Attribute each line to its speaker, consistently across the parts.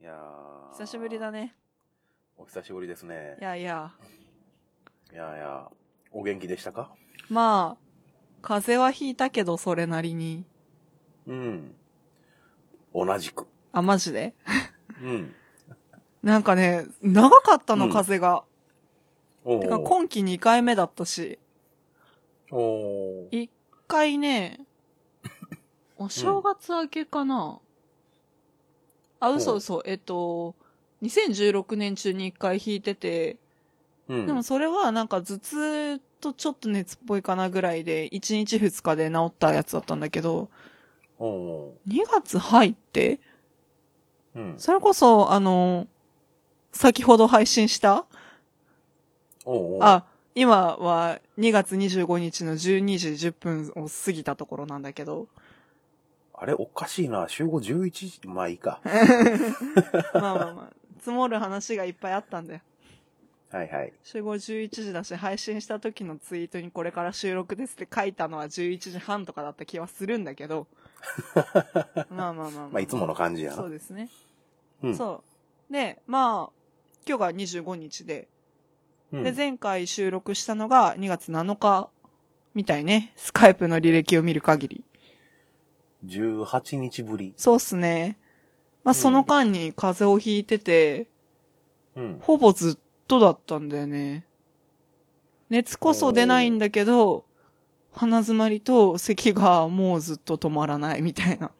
Speaker 1: いやー
Speaker 2: 久しぶりだね。
Speaker 1: お久しぶりですね
Speaker 2: いやいや。
Speaker 1: いやいやお元気でしたか
Speaker 2: まあ、風邪はひいたけど、それなりに。
Speaker 1: うん同じく
Speaker 2: あ、マジで
Speaker 1: うん
Speaker 2: なんかね、長かったの、
Speaker 1: うん
Speaker 2: 風邪が。
Speaker 1: お
Speaker 2: てか、
Speaker 1: ー
Speaker 2: 今季2回目だったし。
Speaker 1: おー
Speaker 2: 1回ね、お正月明けかな。あ、嘘嘘。えっと、2016年中に1回引いてて、
Speaker 1: うん
Speaker 2: でもそれはなんか頭痛とちょっと熱っぽいかなぐらいで、1日2日で治ったやつだったんだけど、
Speaker 1: お
Speaker 2: 2月入って、
Speaker 1: ーうん
Speaker 2: それこそ、あの、先ほど配信した、
Speaker 1: おー
Speaker 2: あ、今は2月25日の12時10分を過ぎたところなんだけ ど、
Speaker 1: あれおかしいな集合11時まあいいか
Speaker 2: まあまあまあ、積もる話がいっぱいあったんだよ。
Speaker 1: はいはい
Speaker 2: 集合11時だし、配信した時のツイートにこれから収録ですって書いたのは11時半とかだった気はするんだけ ど、まあまあまあまあ、
Speaker 1: まあいつもの感じやな
Speaker 2: そうですね。
Speaker 1: うん
Speaker 2: そう。で、まあ、今日が25日で、
Speaker 1: うん
Speaker 2: で、前回収録したのが2月7日みたいね。スカイプの履歴を見る限り。
Speaker 1: 18日ぶり
Speaker 2: そうっすね。まあ、
Speaker 1: うん
Speaker 2: その間に風邪をひいてて、
Speaker 1: うん
Speaker 2: ほぼずっとだったんだよね。熱こそ出ないんだけど、鼻詰まりと咳がもうずっと止まらないみたいな。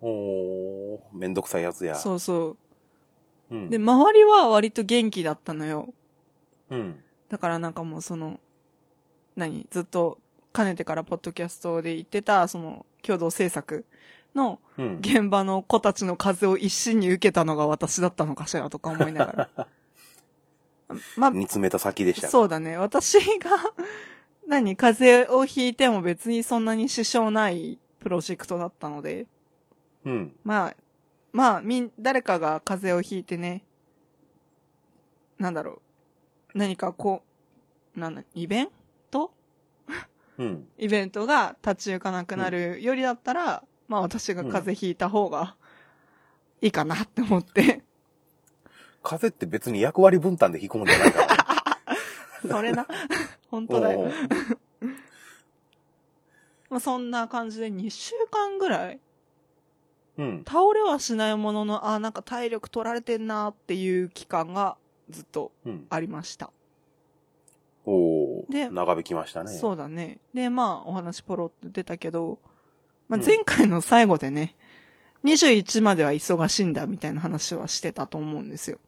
Speaker 1: おーめんどくさいやつや
Speaker 2: そうそうう。
Speaker 1: ん
Speaker 2: で、周りは割と元気だったのよ。
Speaker 1: うん
Speaker 2: だからなんかもうその、何ずっと、かねてからポッドキャストで言ってた、その、共同制作の
Speaker 1: うん
Speaker 2: 現場の子たちの風を一身に受けたのが私だったのかしらとか思いなが ら。まあ、
Speaker 1: 煮詰めた先でした
Speaker 2: そうだね。私が、何、風邪をひいても別にそんなに支障ないプロジェクトだったので、
Speaker 1: うん
Speaker 2: まあ、まあ、みん、誰かが風邪をひいてね、なんだろう、何かこう、なんだ、イベント
Speaker 1: うん
Speaker 2: イベントが立ち行かなくなるよりだったら、まあ私が風邪ひいた方がいいかなって思って。
Speaker 1: 風って別に役割分担で引くもんじゃないから
Speaker 2: それな。 本当だ
Speaker 1: お
Speaker 2: よ。
Speaker 1: ー
Speaker 2: まあそんな感じで2週間ぐらい、
Speaker 1: うん。
Speaker 2: 倒れはしないものの、あーなんか体力取られてんなーっていう期間がずっと
Speaker 1: うん。
Speaker 2: ありました。
Speaker 1: おお
Speaker 2: で
Speaker 1: ー。長引きましたね。
Speaker 2: そうだね。で、まあお話ポロって出たけど、まあ
Speaker 1: うん
Speaker 2: 前回の最後でね、21までは忙しいんだみたいな話はしてたと思うんですよ。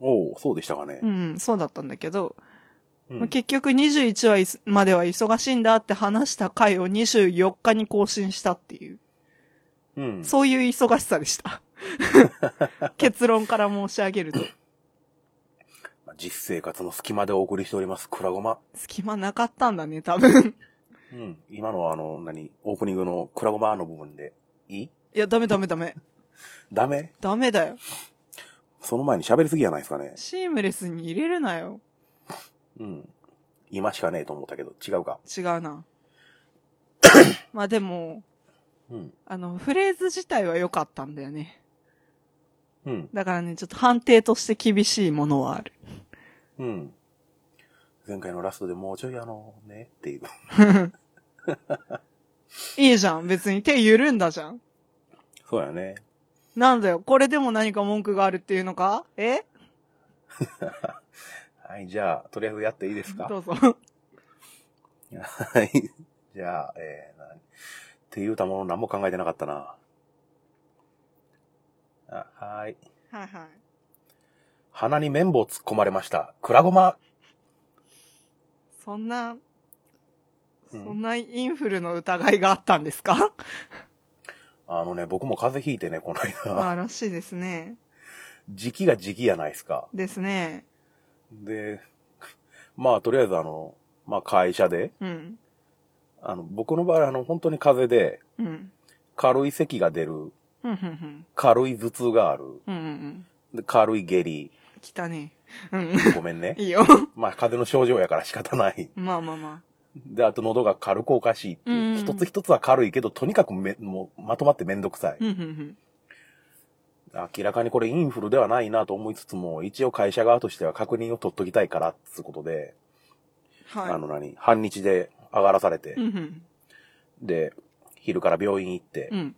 Speaker 1: おお、そうでしたかね
Speaker 2: う。ん、そうだったんだけど、
Speaker 1: うん
Speaker 2: まあ結局21はいすまでは忙しいんだって話した回を24日に更新したっていう、
Speaker 1: うん。
Speaker 2: そういう忙しさで した。結論から申し上げると、
Speaker 1: まあ実生活の隙間でお送りしております。クラゴマ。
Speaker 2: 隙間なかったんだね、多分。
Speaker 1: うん。今のはあの、何オープニングのクラゴマの部分で。いい
Speaker 2: いや、ダメダメダメ。
Speaker 1: ダメ
Speaker 2: ダメだよ。
Speaker 1: その前に喋りすぎやないですかね。
Speaker 2: シームレスに入れるなよ。
Speaker 1: うん。今しかねえと思ったけど、違うか。
Speaker 2: 違う な。まあでも、
Speaker 1: うん。
Speaker 2: あの、フレーズ自体は良かったんだよね。
Speaker 1: うん。
Speaker 2: だからね、ちょっと判定として厳しいものはある。
Speaker 1: うん。前回のラストでもうちょいあの、ね、っていう。
Speaker 2: いいじゃん、別に手緩んだじゃん。
Speaker 1: そうやね。
Speaker 2: なんだよ、これでも何か文句があるっていうのかえ
Speaker 1: はい、じゃあ、とりあえずやっていいですか
Speaker 2: どうぞ。
Speaker 1: はい。じゃあ、えー、なって言うたもの何も考えてなかったな。あ、はーい。
Speaker 2: はいはい。
Speaker 1: 鼻に綿棒突っ込まれました。クラゴマ。
Speaker 2: そんな、
Speaker 1: うん
Speaker 2: そんなインフルの疑いがあったんですか、
Speaker 1: あのね、僕も風邪ひいてね、この間。
Speaker 2: まあ、らしいですね。
Speaker 1: 時期が時期やないですか。
Speaker 2: ですね。
Speaker 1: で、まあ、とりあえずあの、まあ、会社で、
Speaker 2: うん。
Speaker 1: あの、僕の場合、あの、本当に風邪で、
Speaker 2: うん。
Speaker 1: 軽い咳が出る、
Speaker 2: うん、うん、うん。
Speaker 1: 軽い頭痛がある、
Speaker 2: うん、うんうん。
Speaker 1: で軽い下痢。
Speaker 2: 来たね。うん。
Speaker 1: ごめんね
Speaker 2: い。いよ。
Speaker 1: まあ、風邪の症状やから仕方ない。
Speaker 2: まあまあま
Speaker 1: で、あと喉が軽くおかしいっていう
Speaker 2: うん
Speaker 1: 一つ一つは軽いけど、とにかくめ、もう、まとまってめんどくさ
Speaker 2: あ。う
Speaker 1: い。
Speaker 2: ん、うん、
Speaker 1: 明らかにこれインフルではないなと思いつつも、一応会社側としては確認を取っときたいから、つうことで、
Speaker 2: はい。
Speaker 1: あの何、半日で上がらされて、
Speaker 2: うんうん。
Speaker 1: で、昼から病院行って、
Speaker 2: うん。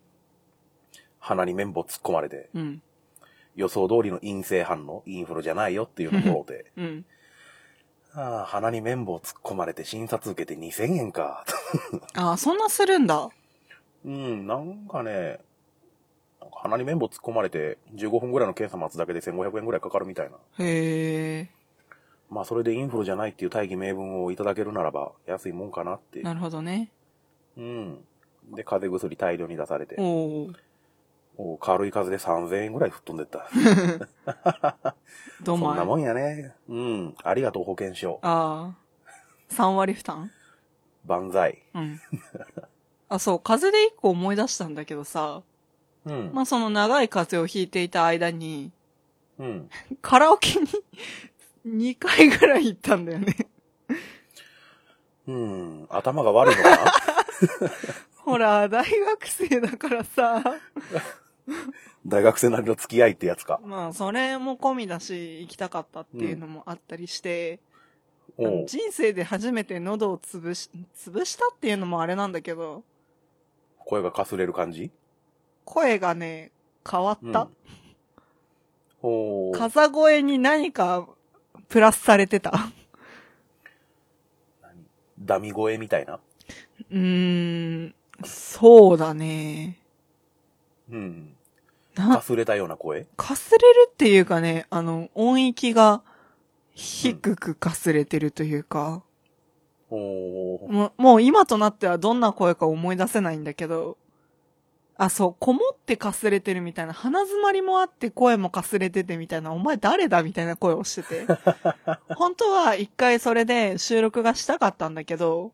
Speaker 1: 鼻に綿棒突っ込まれて、
Speaker 2: うん。
Speaker 1: 予想通りの陰性反応、インフルじゃないよっていうのをもろて、
Speaker 2: うん。
Speaker 1: ああ、鼻に綿棒突っ込まれて診察受けて2000円か、と
Speaker 2: ああ、そんなするんだ。
Speaker 1: うん、なんかね、なんか鼻に綿棒突っ込まれて15分ぐらいの検査待つだけで1500円ぐらいかかるみたいな。
Speaker 2: へ
Speaker 1: まあそれでインフルじゃないっていう大義名分をいただけるならば安いもんかなって
Speaker 2: え。。なるほどね。
Speaker 1: うん。で、風邪薬大量に出されて、
Speaker 2: おお。
Speaker 1: おう軽い風邪で3000円ぐらい吹っ飛んでった。
Speaker 2: どう
Speaker 1: そ
Speaker 2: も。
Speaker 1: んなもんやね。うん。ありがとう保険証。
Speaker 2: ああ。3割負担
Speaker 1: 万歳。
Speaker 2: うん。あ、そう、風邪で一個思い出したんだけどさ、
Speaker 1: うん。
Speaker 2: まあその長い風邪をひいていた間に、
Speaker 1: うん。
Speaker 2: カラオケに2回ぐらい行ったんだ よね。
Speaker 1: うん。頭が悪いのかな
Speaker 2: ほら、大学生だからさ、
Speaker 1: 大学生なりの付き合いってやつか。
Speaker 2: まあそれも込みだし、行きたかったっていうのもあったりして、あ
Speaker 1: お
Speaker 2: の
Speaker 1: う。
Speaker 2: 人生で初めて喉を潰し、潰したっていうのもあれなんだけど、
Speaker 1: 声がかすれる感じ
Speaker 2: 声がね、変わ
Speaker 1: う
Speaker 2: っ
Speaker 1: ん
Speaker 2: た。。
Speaker 1: おう。
Speaker 2: 風声に何かプラスされてた。
Speaker 1: ダミ声みたいな。
Speaker 2: うーん、そうだね。
Speaker 1: うん。か
Speaker 2: な、
Speaker 1: すれたような声
Speaker 2: かすれるっていうかね、あの、音域が低くかすれてるというか、
Speaker 1: おー。
Speaker 2: もうもう今となってはどんな声か思い出せないんだけど、あ、そう、こもってかすれてるみたいな、鼻詰まりもあって声もかすれててみたいな、お前誰だみたいな声をしてて。本当は一回それで収録がしたかったんだけど、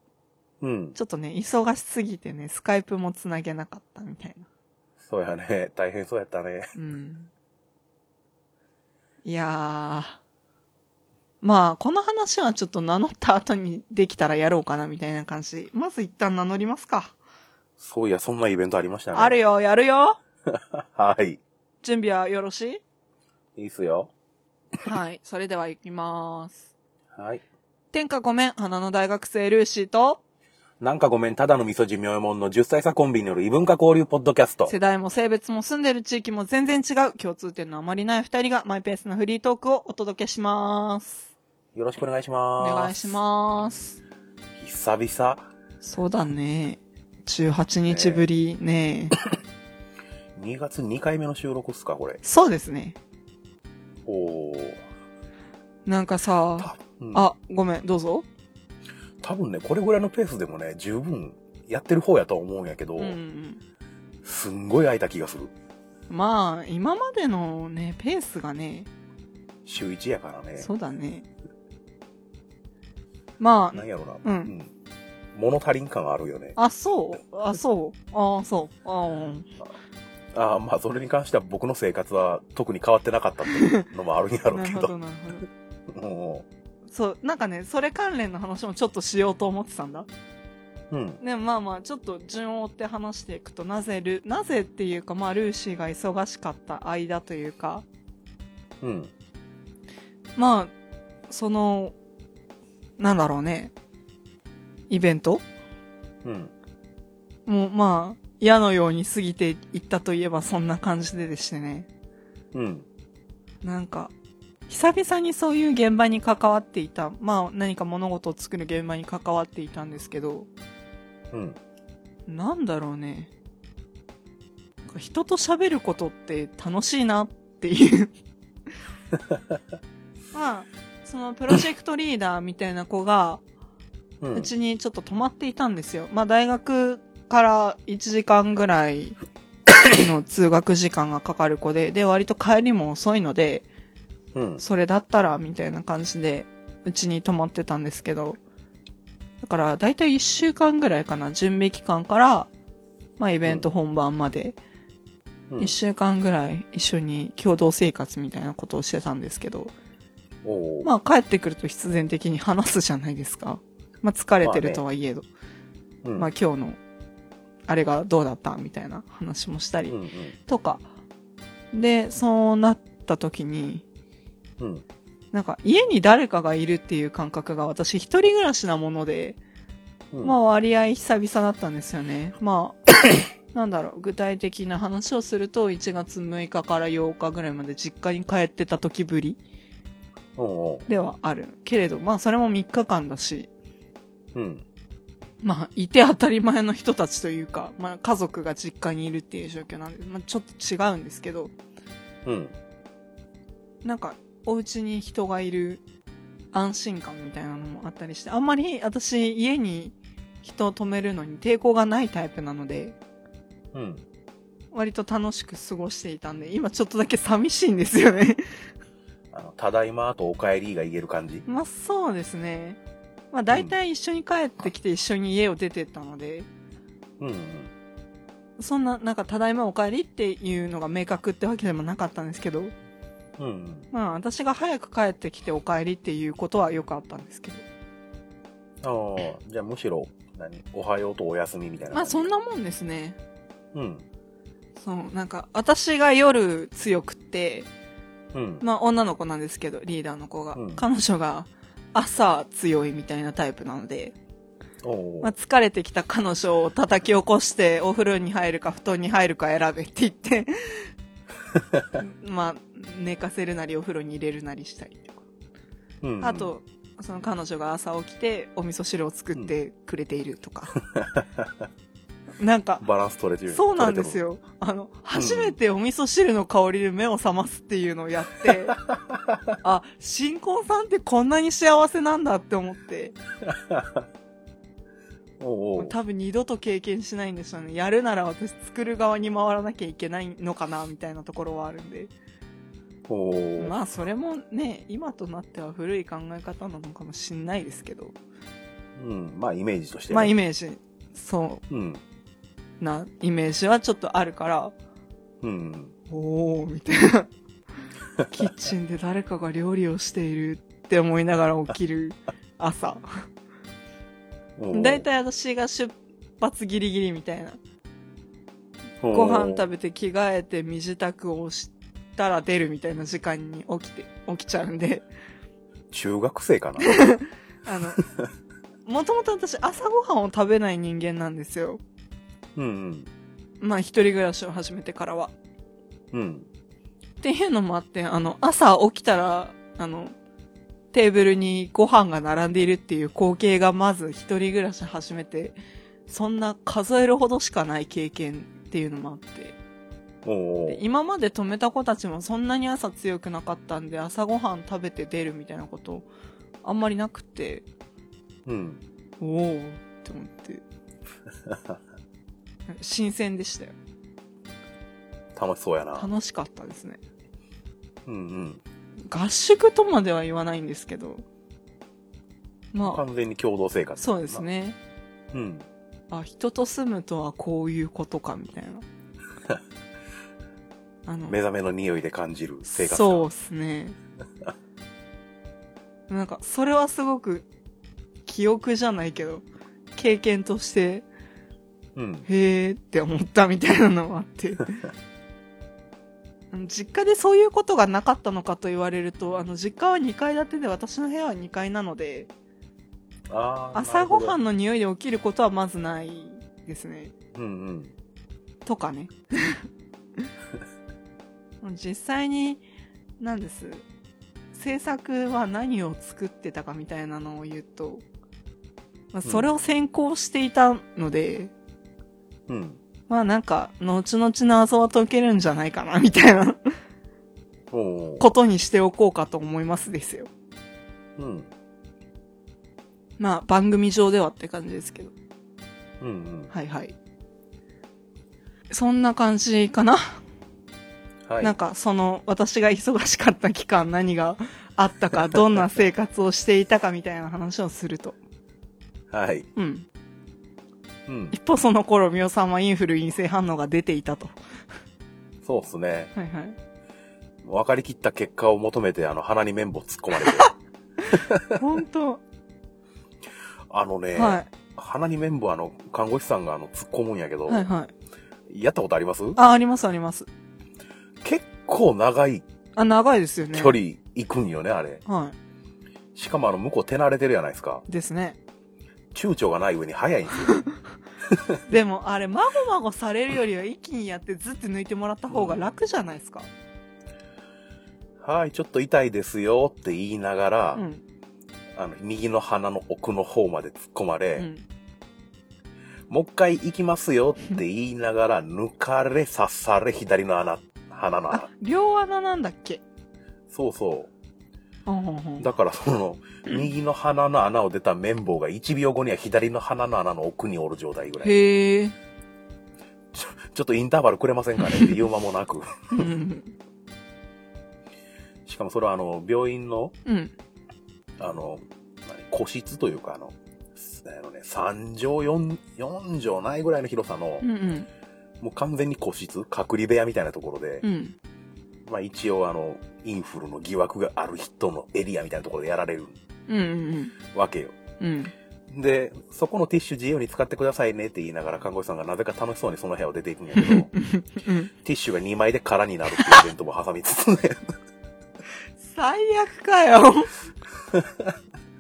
Speaker 1: うん。
Speaker 2: ちょっとね、忙しすぎてね、スカイプもつなげなかったみたいな。
Speaker 1: そうやね。大変そうやったね。
Speaker 2: うん。いやー。まあ、この話はちょっと名乗った後にできたらやろうかなみたいな感じ。まず一旦名乗りますか。
Speaker 1: そういや、そんなイベントありましたね。
Speaker 2: あるよ、やるよ。
Speaker 1: はい。
Speaker 2: 準備はよろし
Speaker 1: いいっすよ。
Speaker 2: いはい。それでは行きます。
Speaker 1: はい。
Speaker 2: 天下ごめん、花の大学生ルーシーと、
Speaker 1: なんかごめん、ただの味噌汁妙門の10歳差コンビによる異文化交流ポッドキャスト。
Speaker 2: 世代も性別も住んでる地域も全然違う共通点のあまりない二人がマイペースなフリートークをお届けします。
Speaker 1: よろしくお願いし
Speaker 2: お
Speaker 1: ます。
Speaker 2: 願いします。
Speaker 1: す。久々、
Speaker 2: そうだね。18日ぶりね。
Speaker 1: 2月2回目の収録っすか、これ。
Speaker 2: そうですね。
Speaker 1: おー。
Speaker 2: なんかさ、
Speaker 1: うん、
Speaker 2: あ、ごめん、どうぞ。
Speaker 1: 多分ね、これぐらいのペースでもね、十分やってる方やとは思うんやけど、
Speaker 2: うんうん。
Speaker 1: すんごい空いた気がする。
Speaker 2: まあ、今までのね、ペースがね、
Speaker 1: 週1やからね。
Speaker 2: そうだね。ま
Speaker 1: なんやろな。
Speaker 2: うん
Speaker 1: 物足りん感あるよね。
Speaker 2: あ、あ、そう、あ、そう、あ、そう、あ、うん。
Speaker 1: ああ、まあ、それに関しては僕の生活は特に変わってなかったっていうのもあるんやろう
Speaker 2: な
Speaker 1: け
Speaker 2: るほ
Speaker 1: ど。
Speaker 2: ど、なるほど。
Speaker 1: うん
Speaker 2: そう、なんかね、それ関連の話もちょっとしようと思ってたんだ。
Speaker 1: うん。
Speaker 2: でもまあまあ、ちょっと順を追って話していくと、なぜル、なぜっていうか、まあ、ルーシーが忙しかった間というか、
Speaker 1: うん。
Speaker 2: まあ、その、なんだろうね、イベント
Speaker 1: うん。
Speaker 2: もうまあ、嫌のように過ぎていったといえばそんな感じででしてね。
Speaker 1: うん。
Speaker 2: なんか、久々にそういう現場に関わっていた、まあ何か物事を作る現場に関わっていたんですけど、
Speaker 1: うん。
Speaker 2: なんだろうね。なんか人と喋ることって楽しいなっていう。まあ、そのプロジェクトリーダーみたいな子が、
Speaker 1: うん
Speaker 2: うちにちょっと泊まっていたんですよ。まあ大学から1時間ぐらいの通学時間がかかる子で、で割と帰りも遅いので、
Speaker 1: うん。
Speaker 2: それだったらみたいな感じでうちに泊まってたんですけど、だから大体1週間ぐらいかな、準備期間から、まあイベント本番まで、
Speaker 1: うん
Speaker 2: 1週間ぐらい一緒に共同生活みたいなことをしてたんですけど、
Speaker 1: おー
Speaker 2: まあ帰ってくると必然的に話すじゃないですか。まあ疲れてるとはいえど。
Speaker 1: うん
Speaker 2: まあ今日のあれがどうだったみたいな話もした
Speaker 1: う
Speaker 2: り
Speaker 1: ん
Speaker 2: とか、で、そうなった時に、
Speaker 1: うん。
Speaker 2: なんか家に誰かがいるっていう感覚が私一人暮らしなもので、
Speaker 1: うん。
Speaker 2: まあ割合久々だったんですよね。まあ、 なんだろう、具体的な話をすると、1月6日から8日ぐらいまで実家に帰ってた時ぶり
Speaker 1: うんうん。
Speaker 2: ではある。けれど、まあそれも3日間だし、
Speaker 1: うん。
Speaker 2: まあいて当たり前の人たちというか、まあ家族が実家にいるっていう状況なんで、まあちょっと違うんですけど、
Speaker 1: うん。
Speaker 2: なんかお家に人がいる安心感みたいなのもあったりして、あんまり私家に人を泊めるのに抵抗がないタイプなので、
Speaker 1: うん。
Speaker 2: 割と楽しく過ごしていたんで、今ちょっとだけ寂しいんですよね。
Speaker 1: あの、ただいまとお帰りが言える感じ。
Speaker 2: まあそうですね。まあ大体一緒に帰ってきて一緒に家を出てったので、
Speaker 1: うんうん。
Speaker 2: そんな、なんかただいまお帰りっていうのが明確ってわけでもなかったんですけど、
Speaker 1: うんうん。
Speaker 2: まあ私が早く帰ってきてお帰りっていうことはよくあったんですけど。
Speaker 1: ああ、じゃあむしろ、何おはようとおやすみみたいな。
Speaker 2: まあそん。なもんですね。
Speaker 1: うん。
Speaker 2: そう、なんか私が夜強くって、
Speaker 1: うん。
Speaker 2: まあ女の子なんですけど、リーダーの子が。
Speaker 1: うん
Speaker 2: 彼女が朝強いみたいなタイプなので、
Speaker 1: おう
Speaker 2: まあ、疲れてきた彼女を叩き起こして、お風呂に入るか布団に入るか選べって言 って、まあ、寝かせるなりお風呂に入れるなりしたりとか。
Speaker 1: うんうん
Speaker 2: あ、と、その彼女が朝起きて、お味噌汁を作ってくれていると か。なんか、
Speaker 1: バランス取れてる。
Speaker 2: そうなんですよ。あの、初めてお味噌汁の香りで目を覚ますっていうのをや って、あ、新婚さんってこんなに幸せなんだって思って。
Speaker 1: 取れてる。おうおう
Speaker 2: 多分二度と経験しないんでしょうね。やるなら私作る側に回らなきゃいけないのかな、みたいなところはあるんで。
Speaker 1: おう
Speaker 2: まあそれもね、今となっては古い考え方なのかもしんないですけど。
Speaker 1: うん。まあイメージとしてね。
Speaker 2: まあイメージ、そ
Speaker 1: うん。
Speaker 2: うなイメージはちょっとあるから、
Speaker 1: うん。
Speaker 2: おー、みたいな。キッチンで誰かが料理をしているって思いながら起きる朝。
Speaker 1: おう
Speaker 2: だいたい私が出発ギリギリみたいな。ご飯食べて着替えて身支度をしたら出るみたいな時間に起きて、起きちゃうんで、
Speaker 1: 中学 生かな
Speaker 2: あの、もともと私朝ごはんを食べない人間なんですよ。
Speaker 1: うん
Speaker 2: まあ一人暮らしを始めてからは。
Speaker 1: うん。うん。
Speaker 2: っていうのもあって、あの、朝起きたら、あの、テーブルにご飯が並んでいるっていう光景がまず一人暮らし始めて、そんな数えるほどしかない経験っていうのもあって。
Speaker 1: おうお
Speaker 2: で
Speaker 1: う
Speaker 2: 今まで止めた子たちもそんなに朝強くなかったんで朝ごはん食べて出るみたいなことあんまりなくて
Speaker 1: うん。
Speaker 2: おおって思って 新鮮でしたよ
Speaker 1: 楽しそうやな。
Speaker 2: 楽しかったですね
Speaker 1: うんうん。
Speaker 2: 合宿とまでは言わないんですけどまあ
Speaker 1: 完全に共同生活。
Speaker 2: そうですね
Speaker 1: まあ。うん。
Speaker 2: あ人と住むとはこういうことかみた いなあの
Speaker 1: 目覚めの匂いで感じる生活。
Speaker 2: そうですね なんかそれはすごく記憶じゃないけど経験として
Speaker 1: う。うん。
Speaker 2: へーって思ったみたいなのもあって あの実家でそういうことがなかったのかと言われるとあの実家は2階建てで私の部屋は2階なので
Speaker 1: ああ。
Speaker 2: 朝ごはんの
Speaker 1: の。
Speaker 2: 匂いで起きることはまずないですね
Speaker 1: うんうん。
Speaker 2: とかね。 実際に、なんです。制作は何を作ってたかみたいなのを言うと、まあ、それを先行していたので、
Speaker 1: うん。
Speaker 2: まあなんか、後々謎は解けるんじゃないかな、みたいな
Speaker 1: おうおう。
Speaker 2: ことにしておこうかと思いますですよ。
Speaker 1: うん。
Speaker 2: まあ番組上ではって感じですけど。
Speaker 1: うんうん。
Speaker 2: はいはい。そんな感じかな。
Speaker 1: はい。
Speaker 2: なんかその私が忙しかった期間何があった かどんな生活をしていたかみたいな話をすると
Speaker 1: はい。
Speaker 2: うん
Speaker 1: うん。
Speaker 2: 一方その頃ミオさんはインフル陰性反応が出ていたと
Speaker 1: そうっすね。
Speaker 2: はいはい
Speaker 1: 分かりきった結果を求めて、あの、鼻に綿棒突っ込 まれて。
Speaker 2: 本 当
Speaker 1: あのね、
Speaker 2: は
Speaker 1: 鼻に綿棒、あの、看護師さんがあの突っ込むんやけ
Speaker 2: い
Speaker 1: ど、
Speaker 2: はいはい
Speaker 1: やったことあります
Speaker 2: あありますあります
Speaker 1: 結構長い
Speaker 2: あ、長いですよね。
Speaker 1: 距離行くんよね、あれ。
Speaker 2: は
Speaker 1: しかもあの、向こう手慣れてるじゃないですか。
Speaker 2: い。ですね。
Speaker 1: 躊躇がない上に早いんですよ。
Speaker 2: でも、あれ、まごまごされるよりは一気にやってずって抜いてもらった方が楽じゃないですか。
Speaker 1: はい、ちょっと痛いですよって言いながら、
Speaker 2: うん。
Speaker 1: あの、右の鼻の奥の方まで突っ込まれ、
Speaker 2: うん。
Speaker 1: もう一回行きますよって言いながら、抜かれ、刺され、左の穴、鼻の
Speaker 2: あ
Speaker 1: 穴。、
Speaker 2: 両穴なんだっけ
Speaker 1: そうそう。
Speaker 2: うんうんうん。
Speaker 1: だからその、右の鼻の穴を出た綿棒が1秒後には左の鼻の穴の奥におる状態ぐらい。
Speaker 2: へえ。
Speaker 1: ちょちょっとインターバルくれませんかねって言う間もなく。
Speaker 2: うん。
Speaker 1: しかもそれはあの、病院の、
Speaker 2: うん。
Speaker 1: あの、何個室というかあの、あのね、3畳4、4畳ないぐらいの広さの
Speaker 2: う、んうん。
Speaker 1: もう完全に個室、隔離部屋みたいなところで、
Speaker 2: うん。
Speaker 1: まあ一応あの、インフルの疑惑がある人のエリアみたいなところでやられる
Speaker 2: うんうん
Speaker 1: わけよ。
Speaker 2: うん。うん。
Speaker 1: で、そこのティッシュ自由に使ってくださいねって言いながら看護師さんがなぜか楽しそうにその部屋を出ていくんや けど、テ
Speaker 2: うん。
Speaker 1: ィッシュが2枚で空になるっていうイベントも挟みつつね、
Speaker 2: 最悪かよ。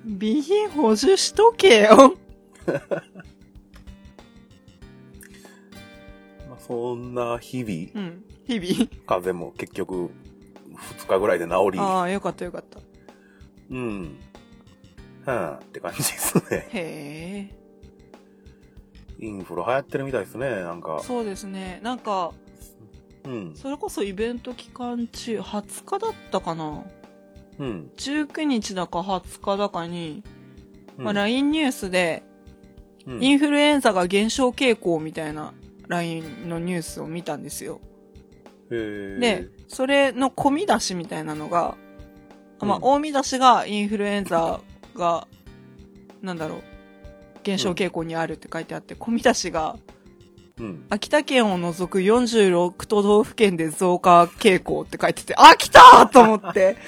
Speaker 2: 備品補充しとけよ。
Speaker 1: まあそんな日
Speaker 2: う
Speaker 1: 々、
Speaker 2: ん。日
Speaker 1: 風邪も結局2日ぐらいで治り、
Speaker 2: 々。ああ、よかったよかった。
Speaker 1: うん。はあ、って感じですね。
Speaker 2: へえ。
Speaker 1: インフル流行ってるみたいですね、なんか。
Speaker 2: そうですね。なんか、
Speaker 1: うん。
Speaker 2: それこそイベント期間中、20日だったかな
Speaker 1: うん。
Speaker 2: ?19 日だか20日だかに、
Speaker 1: うん
Speaker 2: まあ、LINE ニュースで、
Speaker 1: うん
Speaker 2: インフルエンザが減少傾向みたいな LINE のニュースを見たんですよ。
Speaker 1: へー
Speaker 2: で、それの込み出しみたいなのが、あまあ
Speaker 1: う、ん
Speaker 2: 大見出しがインフルエンザが、なんだろう、減少傾向にあるって書いてあって、込み出しが、
Speaker 1: うん。
Speaker 2: 秋田県を除く46都道府県で増加傾向って書いてて、あ、来たーと思 って。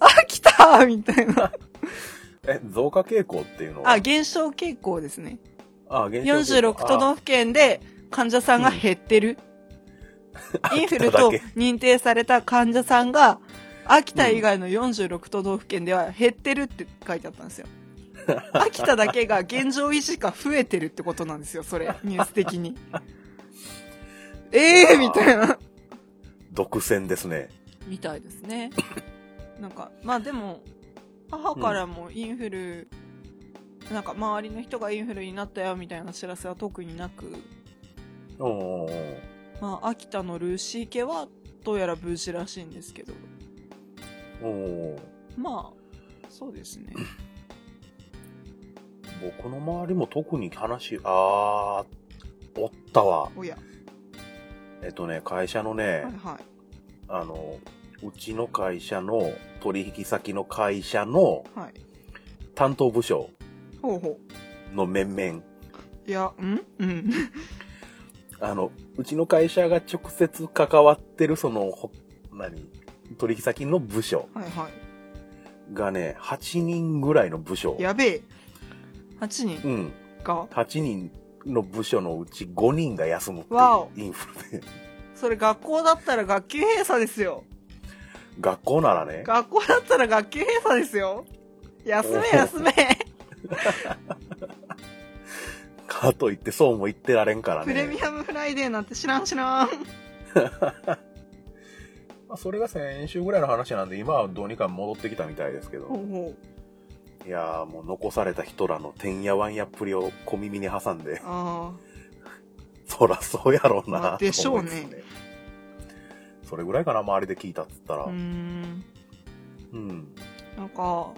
Speaker 2: あ、来たーみたいな。
Speaker 1: え、増加傾向っていうのは
Speaker 2: あ、減少傾向ですね。
Speaker 1: あ、減少傾向
Speaker 2: 46都道府県で患者さんが減ってる。インフルと認定された患者さんが、秋田以外の46都道府県では減ってるって書いてあったんですよ。秋田だけが現状維持か増えてるってことなんですよ、それ、ニュース的に。ええー、みたいな。
Speaker 1: あ独占ですね。
Speaker 2: みたいですね。なんか、まあでも、母からもインフル、なんか周りの人がインフルになったよみたいな知らせは特になく、
Speaker 1: おうおうおう
Speaker 2: まあ、秋田のルーシー家はどうやら無事らしいんですけど
Speaker 1: おお
Speaker 2: まあそうです ね
Speaker 1: 僕の周りも特に話、あー、おったわ。
Speaker 2: おや
Speaker 1: えっとね、会社のね
Speaker 2: はい、はい
Speaker 1: あの、うちの会社の取引先の会社の
Speaker 2: はい
Speaker 1: 担当部署
Speaker 2: ほうほ
Speaker 1: の面々。
Speaker 2: ういやうんうん
Speaker 1: あの、うちの会社が直接関わってるその、ほ何取引先の部署
Speaker 2: はいはい
Speaker 1: がね、8人ぐらいの部署。
Speaker 2: やべえ8人
Speaker 1: うん。
Speaker 2: か
Speaker 1: 8人の部署のうち5人が休むってい
Speaker 2: わお
Speaker 1: うインフルで。
Speaker 2: それ学校だったら学級閉鎖ですよ
Speaker 1: 学校ならね、
Speaker 2: 学校だったら学級閉鎖ですよ休め
Speaker 1: お
Speaker 2: 休め
Speaker 1: かといってそうも言ってられんから
Speaker 2: プレミ
Speaker 1: ね。
Speaker 2: アムフライデーなんて知らん知らん
Speaker 1: まあそれが先週ぐらいの話なんで、今はどうにか戻ってきたみたいですけ
Speaker 2: ほう
Speaker 1: ど、
Speaker 2: ほう
Speaker 1: いやーもう残された人らのてんやわんやっぷりを小耳に挟んで、
Speaker 2: あ
Speaker 1: そらそうやろうな、
Speaker 2: まあでしょうね
Speaker 1: と思いつつ。それぐらいかな、周りで聞いたっつったら。
Speaker 2: あうー
Speaker 1: うん。
Speaker 2: ん
Speaker 1: うん。
Speaker 2: なんか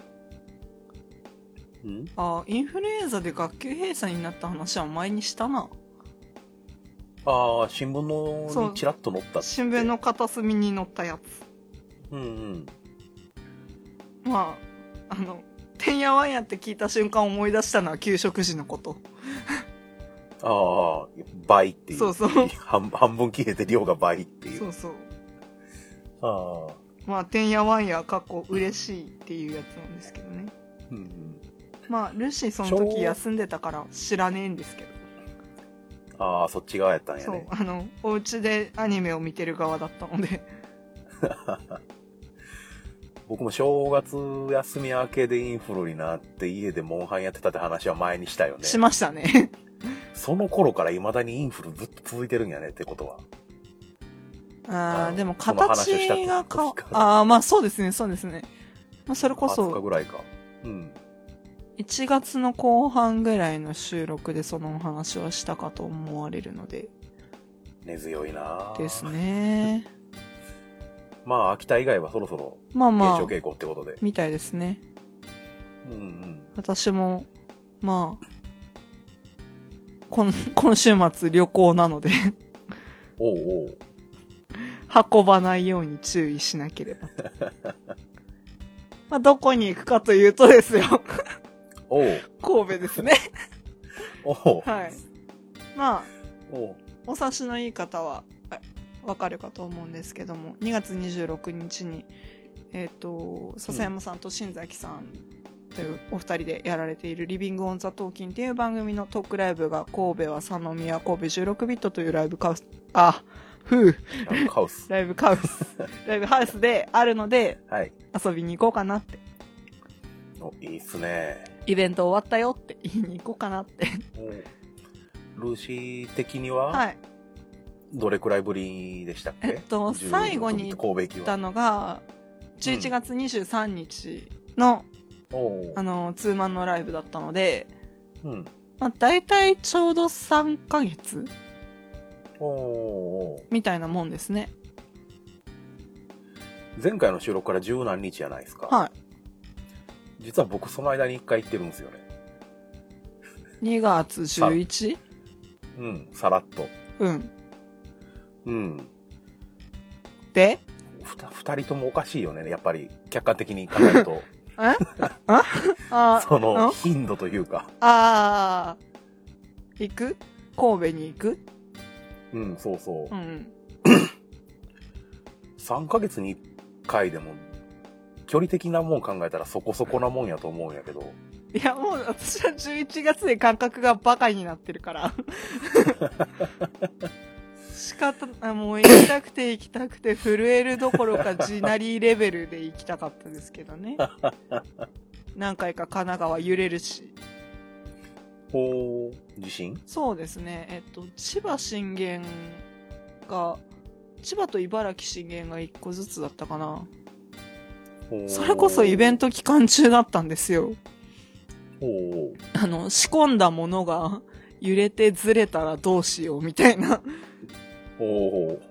Speaker 2: あインフルエンザで学級閉鎖になった話は前にしたな
Speaker 1: ああ、新聞のにちらっと載ったって
Speaker 2: 新聞。の片隅に載ったや
Speaker 1: うんうん。
Speaker 2: つまああの「てんやわんや」って聞いた瞬間思い出したのは給食時のこと
Speaker 1: ああ、倍っていう。
Speaker 2: そうそう
Speaker 1: 半半分消えて量が倍っていう。
Speaker 2: そうそう
Speaker 1: ああ。
Speaker 2: まあ「てんやわんや」かっこ嬉しいっていうやつなんですけどね
Speaker 1: うんうん。
Speaker 2: まあルーシーその時休んでたから知らねえんですけど
Speaker 1: あああ、そっち側やったんや
Speaker 2: そう
Speaker 1: ね。
Speaker 2: あのお家でアニメを見てる側だったので
Speaker 1: 僕も正月休み明けでインフルになって家でモンハンやってたって話は前にしたよね。
Speaker 2: しましたね
Speaker 1: その頃から未だにインフルずっと続いてるんやねってことは。
Speaker 2: あ
Speaker 1: あ
Speaker 2: あ
Speaker 1: の
Speaker 2: でも
Speaker 1: その話をした
Speaker 2: 形がか
Speaker 1: 時から
Speaker 2: ああまあそうですねそうですね、まあ、それこ
Speaker 1: 20日
Speaker 2: そ
Speaker 1: ぐらいか。うん。
Speaker 2: 1月の後半ぐらいの収録でそのお話はしたかと思われるので
Speaker 1: 根強いなぁ
Speaker 2: ですね
Speaker 1: まあ、秋田以外はそろそろ
Speaker 2: まあ
Speaker 1: 減
Speaker 2: ま
Speaker 1: 少
Speaker 2: あ
Speaker 1: 傾向ってことで。
Speaker 2: みたいですね
Speaker 1: うんうん。
Speaker 2: 私もまあこん 今週末旅行なので
Speaker 1: おうおう。
Speaker 2: 運ばないように注意しなければとまあどこに行くかというとですよ
Speaker 1: おう。
Speaker 2: 神戸ですね
Speaker 1: おう。
Speaker 2: はいまあ
Speaker 1: おう。
Speaker 2: お察しのいい方はあわかるかと思うんですけども2月26日に、えっと笹山さんと新崎さんというお二人でやられている「リビング・オン・ザ・トーキン」っていう番組のトークライブが神戸は佐野宮神戸16ビットというライブカウスあふう
Speaker 1: なんかカオス。
Speaker 2: ライブカウスライブハウスであるので
Speaker 1: はい。
Speaker 2: 遊びに行こうかなって
Speaker 1: おいいっすね。
Speaker 2: イベント終わったよって言いに行こうかなって
Speaker 1: おうルーシー的には、
Speaker 2: はい
Speaker 1: どれくらいぶりでしたっけ
Speaker 2: えっと
Speaker 1: 16
Speaker 2: 最後に
Speaker 1: 神戸行き
Speaker 2: 行っ
Speaker 1: は
Speaker 2: た。のが11月23日の、
Speaker 1: おうおう
Speaker 2: あの、ツーマンのライブだったので、
Speaker 1: うん。
Speaker 2: まあ、大体ちょうど3ヶ月
Speaker 1: おうおうおう
Speaker 2: みたいなもんですね。
Speaker 1: 前回の収録から十何日じゃないですか。
Speaker 2: は
Speaker 1: 実は僕その間に一回行ってるんですよね。
Speaker 2: い。2月 11?
Speaker 1: うん、さらっと。
Speaker 2: うん。
Speaker 1: うん。
Speaker 2: で
Speaker 1: ふた二人ともおかしいよね、やっぱり。客観的に考える と。
Speaker 2: あ
Speaker 1: その
Speaker 2: ん
Speaker 1: 頻度というか。
Speaker 2: あー、行く神戸に行く
Speaker 1: うん、そうそう
Speaker 2: う。ん。
Speaker 1: 3ヶ月に1回でも、距離的なもん考えたらそこそこなもんやと思うんやけど。
Speaker 2: いや、もう私は11月で感覚がバカになってるから。仕方あ、もう行きたくて行きたくて震えるどころか地なりレベルで行きたかったですけどね。何回か神奈川揺れるし。
Speaker 1: ほう、地震
Speaker 2: そうですね。えっと、千葉震源が、千葉と茨城震源が1個ずつだったかな。それこそイベン
Speaker 1: ト。
Speaker 2: ト期間中だったんですよ。
Speaker 1: ほう
Speaker 2: あの、仕込んだものが揺れてずれたらどうしようみたいな。
Speaker 1: ほ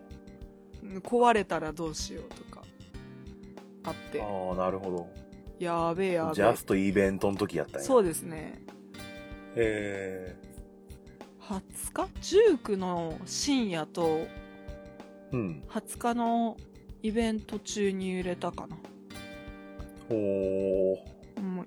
Speaker 2: 壊れたらどうしようとか。あって
Speaker 1: う。。ああ、なるほ
Speaker 2: やべえや
Speaker 1: ど。ジ
Speaker 2: べえ
Speaker 1: ャス。トイベントの時やったんや。
Speaker 2: そう
Speaker 1: で
Speaker 2: ですね。
Speaker 1: え
Speaker 2: 20日 ?19 の深夜と
Speaker 1: ー、うん。
Speaker 2: 20日のイベント中に揺れたかな。
Speaker 1: ほ
Speaker 2: もう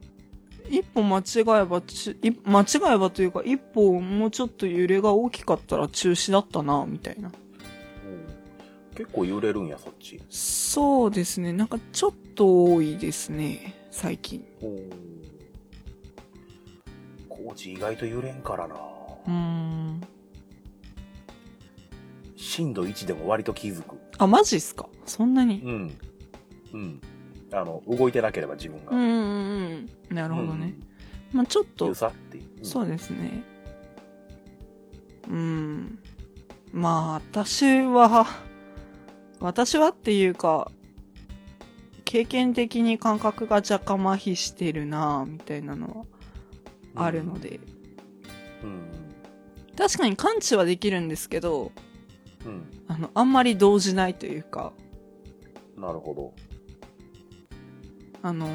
Speaker 2: 一歩間違えばち、い間違えばというか、一歩もうちょっと揺れが大きかったら中止だったな、みたいな。
Speaker 1: う。結構揺れるんや、そっち。
Speaker 2: そうですね。なんかちょっと多いですね。最近。
Speaker 1: ほう。高知意外と揺れんからな。
Speaker 2: うーん。
Speaker 1: 震度1でも割と気づく。
Speaker 2: あ、マジっすかそんなに
Speaker 1: うん。うん。あの、動いてなければ自分が。
Speaker 2: うんうんうん。なるほどね。まあちょっ
Speaker 1: うん。
Speaker 2: と
Speaker 1: 揺、さっていう。うん
Speaker 2: そうですね。うん。まあ、私は、私はっていうか、経験的に感覚が若干麻痺してるなぁ、みたいなのはあるの。で。
Speaker 1: うん。
Speaker 2: 確かに感知はできるんですけど、
Speaker 1: うん。
Speaker 2: あの、あんまり動じないというか、
Speaker 1: うんなるほど。
Speaker 2: あの、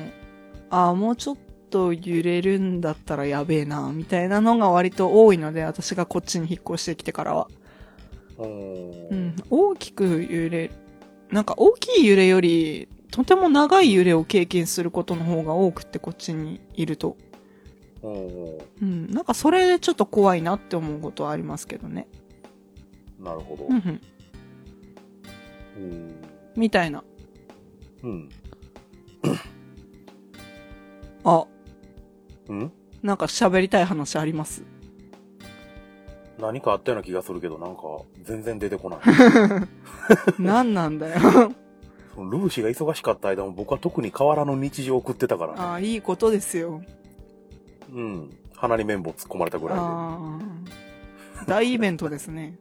Speaker 2: ああ、もうちょっと揺れるんだったらやべえな、みたいなのが割と多いので、私がこっちに引っ越してきてからは。
Speaker 1: お
Speaker 2: うん、大きく揺れ、なんか大きい揺れより、とても長い揺れを経験することの方が多くて、こっちにいると。
Speaker 1: お
Speaker 2: うん、なんかそれでちょっと怖いなって思うことはありますけどね。
Speaker 1: なるほど。
Speaker 2: うんうん。
Speaker 1: うん。
Speaker 2: みたいな。
Speaker 1: うん。
Speaker 2: あ、
Speaker 1: うん
Speaker 2: なんか喋りたい話あります
Speaker 1: 何かあったような気がするけど、なんか、全然出 てこない。
Speaker 2: 何なんだよ。
Speaker 1: そのルーシーが忙しかった間も僕は特に変わらぬ日常を送ってたから
Speaker 2: あ
Speaker 1: ね。
Speaker 2: あ、いいことですよ。
Speaker 1: うん。鼻に綿棒突っ込まれたぐらいで。
Speaker 2: ああ。大イベントですね。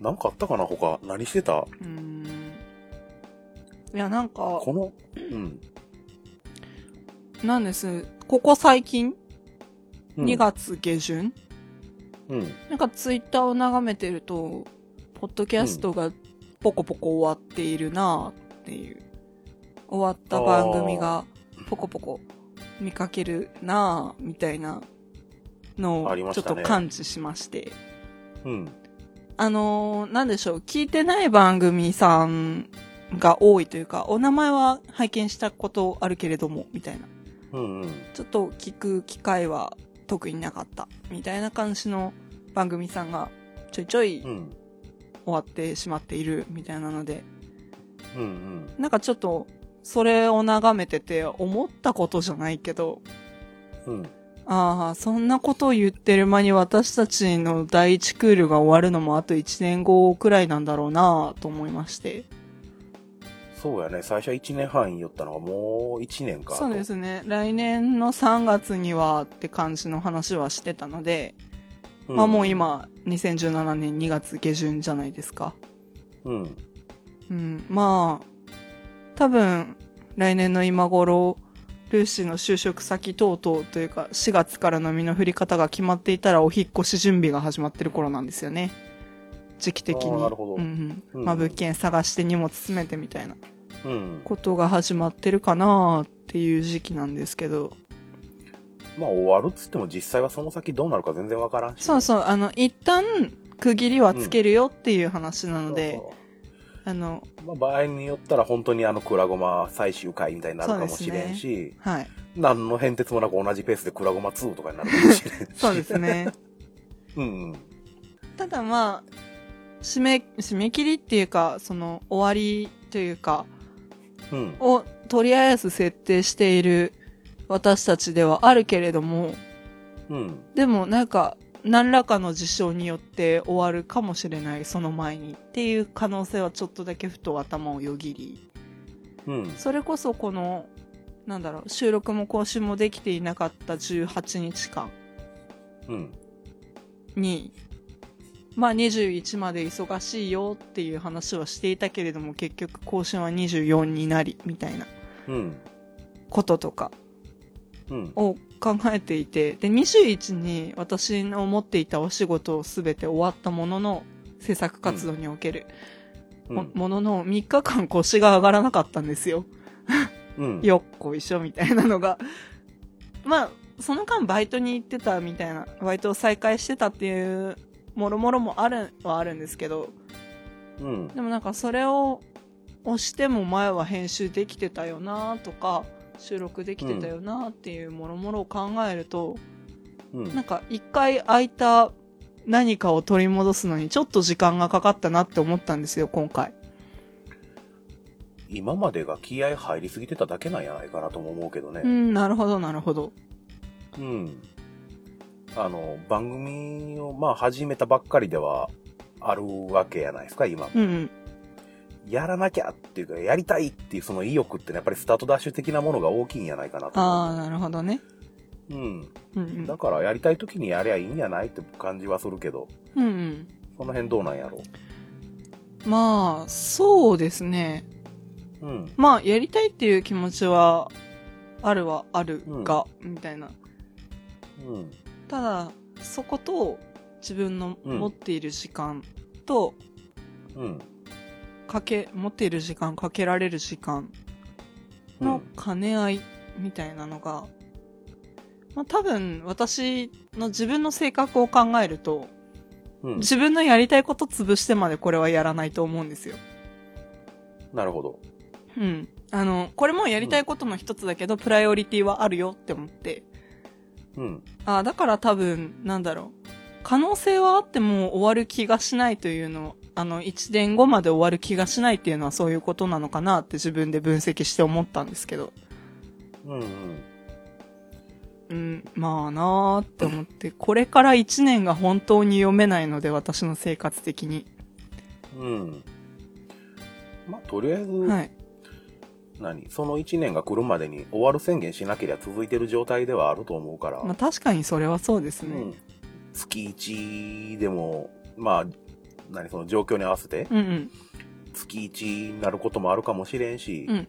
Speaker 1: なんかあったかな他、何してた
Speaker 2: うーん。いや、なんか、
Speaker 1: この、うん。
Speaker 2: なんです。ここ最近、
Speaker 1: うん
Speaker 2: 2。月下旬、
Speaker 1: うん。
Speaker 2: なんかツイッターを眺めてると、ポッドキャストがポコポコ終わっているなあっていう、終わった番組がポコポコ見かけるなあみたいなの
Speaker 1: あり
Speaker 2: を
Speaker 1: ま
Speaker 2: ちょ
Speaker 1: し
Speaker 2: った
Speaker 1: ね
Speaker 2: と感知しまして。
Speaker 1: うん。
Speaker 2: あのーなんでしょう、聞いてない番組さんが多いというか、お名前は拝見したことあるけれども、みたいな。
Speaker 1: うんうん。
Speaker 2: ちょっと聞く機会は特になかった、みたいな感じの番組さんがちょいちょい
Speaker 1: うん。うん
Speaker 2: 終わってしまっているみたいなので、
Speaker 1: うん。
Speaker 2: なんかちょっと、それを眺めてて思ったことじゃないけど、
Speaker 1: うん。
Speaker 2: ああ、そんなことを言ってる間に私たちの第一クールが終わるのもあと1年後くらいなんだろうなと思いまして。
Speaker 1: そうやね。最初は1年半言ったのがもう1年か。
Speaker 2: そうで。すね。来年の3月にはって感じの話はしてたので、まあもう。今、2017年2月下旬じゃないですか。
Speaker 1: うん。
Speaker 2: うん。まあ、多分、来年の今頃、ルーシーの就職先等々というか、4月からの身の振り方が決まっていたら、お引っ越し準備が始まってる頃なんですよね。時期的に。
Speaker 1: あーなるほど
Speaker 2: うんうん。
Speaker 1: うん
Speaker 2: まあ物件探して荷物詰めてみたいな
Speaker 1: うん。
Speaker 2: ことが始まってるかなっていう時期なんですけど。
Speaker 1: まあ終わるっつっても実際はその先どうなるか全然わからんし。
Speaker 2: そうそう、あの、一旦区切りはつけるよっていう話なので、
Speaker 1: そう
Speaker 2: あの、
Speaker 1: そうまあ場合によったら本当にあのクラゴマ最終回みたいになるかもしれんし、
Speaker 2: はい。
Speaker 1: 何の変哲もなく同じペースでクラゴマ2とかになるかもしれんし。
Speaker 2: そうです ね。
Speaker 1: うんうん。
Speaker 2: ただまあ、締め、締め切りっていうか、その、終わりというか、
Speaker 1: うん。
Speaker 2: をとりあえず設定している私たちではあるけれども、
Speaker 1: うん。
Speaker 2: でもなんか、何らかの事象によって終わるかもしれない、その前にっていう可能性はちょっとだけふと頭をよぎり、
Speaker 1: うん。
Speaker 2: それこそこの、なんだろう、収録も更新もできていなかった18日間
Speaker 1: うん。
Speaker 2: に、まあ21まで忙しいよっていう話はしていたけれども、結局更新は24になり、みたいな
Speaker 1: うん。
Speaker 2: こととか
Speaker 1: うん。
Speaker 2: を考えていて、で、21に私の持っていたお仕事を全て終わったものの、制作活動における、
Speaker 1: う
Speaker 2: も
Speaker 1: ん。
Speaker 2: ものの3日間腰が上がらなかったんですよ。
Speaker 1: うん。
Speaker 2: よっこいしょみたいなのが。まあ、その間バイトに行ってたみたいな、バイトを再開してたっていう、もろもろもある、はあるんですけど、
Speaker 1: うん。
Speaker 2: でもなんかそれを押しても前は編集できてたよなとか、収録できてたよなっていうもろもろを考えると、
Speaker 1: うん
Speaker 2: なんか一回空いた何かを取り戻すのにちょっと時間がかかったなって思ったんですよ、今回。
Speaker 1: 今までが気合入りすぎてただけなんやないかなとも思うけど
Speaker 2: う
Speaker 1: ね。
Speaker 2: ん、なるほど、なるほど。
Speaker 1: うん。あの、番組をまあ始めたばっかりではあるわけやないですか、今も。
Speaker 2: うんうん、
Speaker 1: やらなきゃっていうか、やりたいっていうその意欲ってね、やっぱりスタートダッシュ的なものが大きいんやないかなと
Speaker 2: ああ、
Speaker 1: 思
Speaker 2: なるほどね。
Speaker 1: う。うん。
Speaker 2: うんうん
Speaker 1: だ。からやりたい時にやりゃいいんやないって感じはするけど、
Speaker 2: うんうん。
Speaker 1: その辺どうなんやろ
Speaker 2: まあ、そうですね。
Speaker 1: う。うん。
Speaker 2: まあ、やりたいっていう気持ちは、あるはあるが、みたいな。
Speaker 1: うん。
Speaker 2: ただ、そこと、自分の
Speaker 1: うん
Speaker 2: 持っている時間と、
Speaker 1: うん。
Speaker 2: かけ、持っている時間、かけられる時間
Speaker 1: う
Speaker 2: の
Speaker 1: ん。
Speaker 2: 兼ね合い、みたいなのが、まあ多分、私の自分の性格を考えると、
Speaker 1: うん。
Speaker 2: 自分のやりたいこと潰してまでこれはやらないと思うんですよ。
Speaker 1: なるほど。
Speaker 2: うん。あの、これもやりたいことの一つだけど、プライオリティはあるよって思って。
Speaker 1: うん。
Speaker 2: ああ、だから多分、なんだろう。可能性はあっても終わる気がしないというの、あの、1年後まで終わる気がしないっていうのはそういうことなのかなって自分で分析して思ったんですけど。
Speaker 1: うんうん。
Speaker 2: うん、まあなーって思って、これから1年が本当に読めないので、私の生活的に。
Speaker 1: うん。まあ、とりあえず、
Speaker 2: はい。
Speaker 1: 何その1年が来るまでに終わる宣言しなければ続いてる状態ではあると思うから、
Speaker 2: まあ確かにそれはそうです
Speaker 1: う
Speaker 2: ね
Speaker 1: ん。、月1でも、まあ、何その状況に合わせて、
Speaker 2: うんうん。
Speaker 1: 月1になることもあるかもしれんし、
Speaker 2: うん